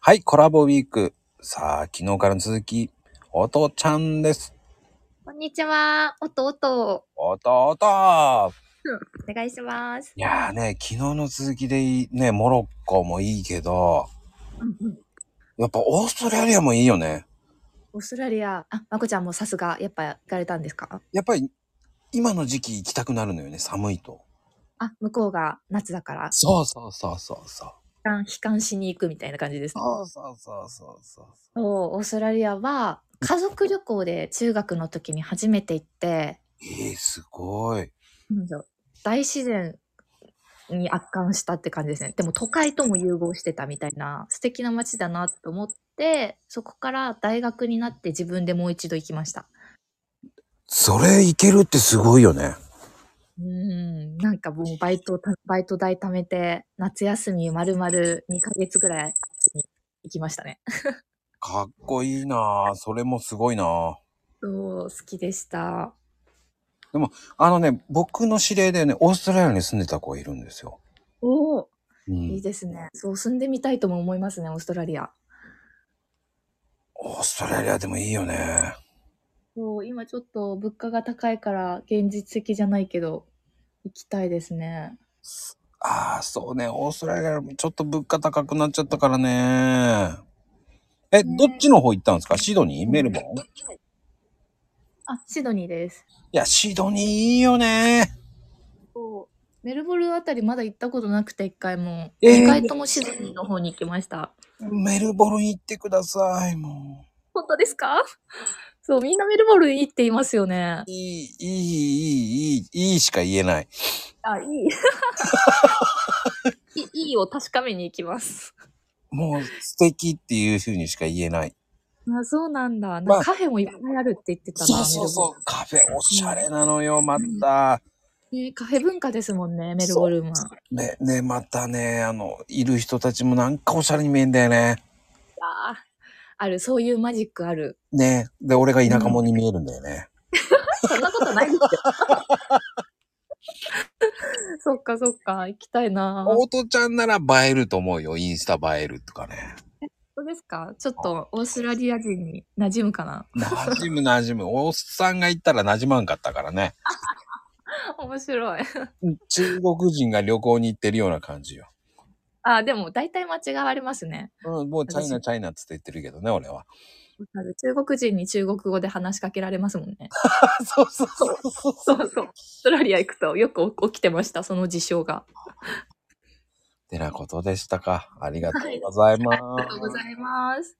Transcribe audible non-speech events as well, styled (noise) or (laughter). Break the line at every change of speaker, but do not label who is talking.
はい、コラボウィーク。さあ、昨日からの続き、おとちゃんです。
こんにちは。おとおと。
おとおと
お願いします
い。やーね、昨日の続きでいいね、モロッコもいいけど、やっぱオーストラリアもいいよね。
オーストラリア、あ、まこちゃんもさすが、やっぱ行かれたんですか
やっぱり、今の時期行きたくなるのよね、寒いと。
あ、向こうが夏だから、一
そうそうそうそうそう。
旦悲観しに行くみたいな感じですね。
そうそうそうそうそう。
そう、オーストラリアは、家族旅行で中学の時に初めて行って、
えー、すごい。
なんだろう大自然に圧巻したって感じですね。でも都会とも融合してたみたいな、素敵な街だなと思って、そこから大学になって自分でもう一度行きました。
それ行けるってすごいよね。
うーん、なんかもうバイトた、バイト代貯めて、夏休み丸々2ヶ月ぐらいに行きましたね。
かっこいいなあそれもすごいなあ
そう、好きでした。
あのね、僕の指令でね、オーストラリアに住んでた子がいるんですよ。
おお、
うん
いいですね。そう、住んでみたいとも思いますね、オーストラリア。
オーストラリアでもいいよね。
そう、今ちょっと物価が高いから、現実的じゃないけど、行きたいですね。
ああ、そうね。オーストラリアもちょっと物価高くなっちゃったからね。え、
ね
どっちの方行ったんですかシドニーメルボンい
あ、シドニーです。
や、シドニーいいよね。
そう、メルボルンあたりまだ行ったことなくて、一回も。
えー
二回ともシドニーの方に行きました。
メルボルン行ってください、も
本当ですか (laughs) そう、みんなメルボルンいいって言いますよね
う。。いい、いい、いい、いい、いいしか言えない。
あ、い (laughs) い。いいいを確かめに行きます。
もう素敵っていう風にしか言えない。
あ、そうなんだ。なん
まあ
かカフェもいっぱいあるって言ってたな、
そうそうそう。カフェおしゃれなのよ、また。
メルボルンねカフェ文化ですもんね、メルボルンは。
ね、ね、またね、あの、いる人たちもなんかおしゃれに見えんだよね。
あある、そういうマジックある。
ね。で、俺が田舎者に見えるんだよね。
そんなことないですよ。 (laughs) そっかそっか、行きたいな。
オートちゃんなら映えると思うよ。インスタ映えるとかね。
当ですかちょっとオーストラリア人に馴染むかな。
馴染む馴染 (laughs) む。おっさんが行ったら馴染まんかったからね。
面白い。
中国人が旅行に行ってるような感じよ。
あ、でも大体間違われますね。
うん、もうチャイナ
私
チャイナっつって言ってるけどね、俺は。
わかる中国人に中国語で話しかけられますもんね。
(laughs) そうそうそうそう。
(laughs) そうそう。オーストラリア行くとよく起きてました、その事象が。
てなことでしたか。ありがとうございます。
ありがとうございます。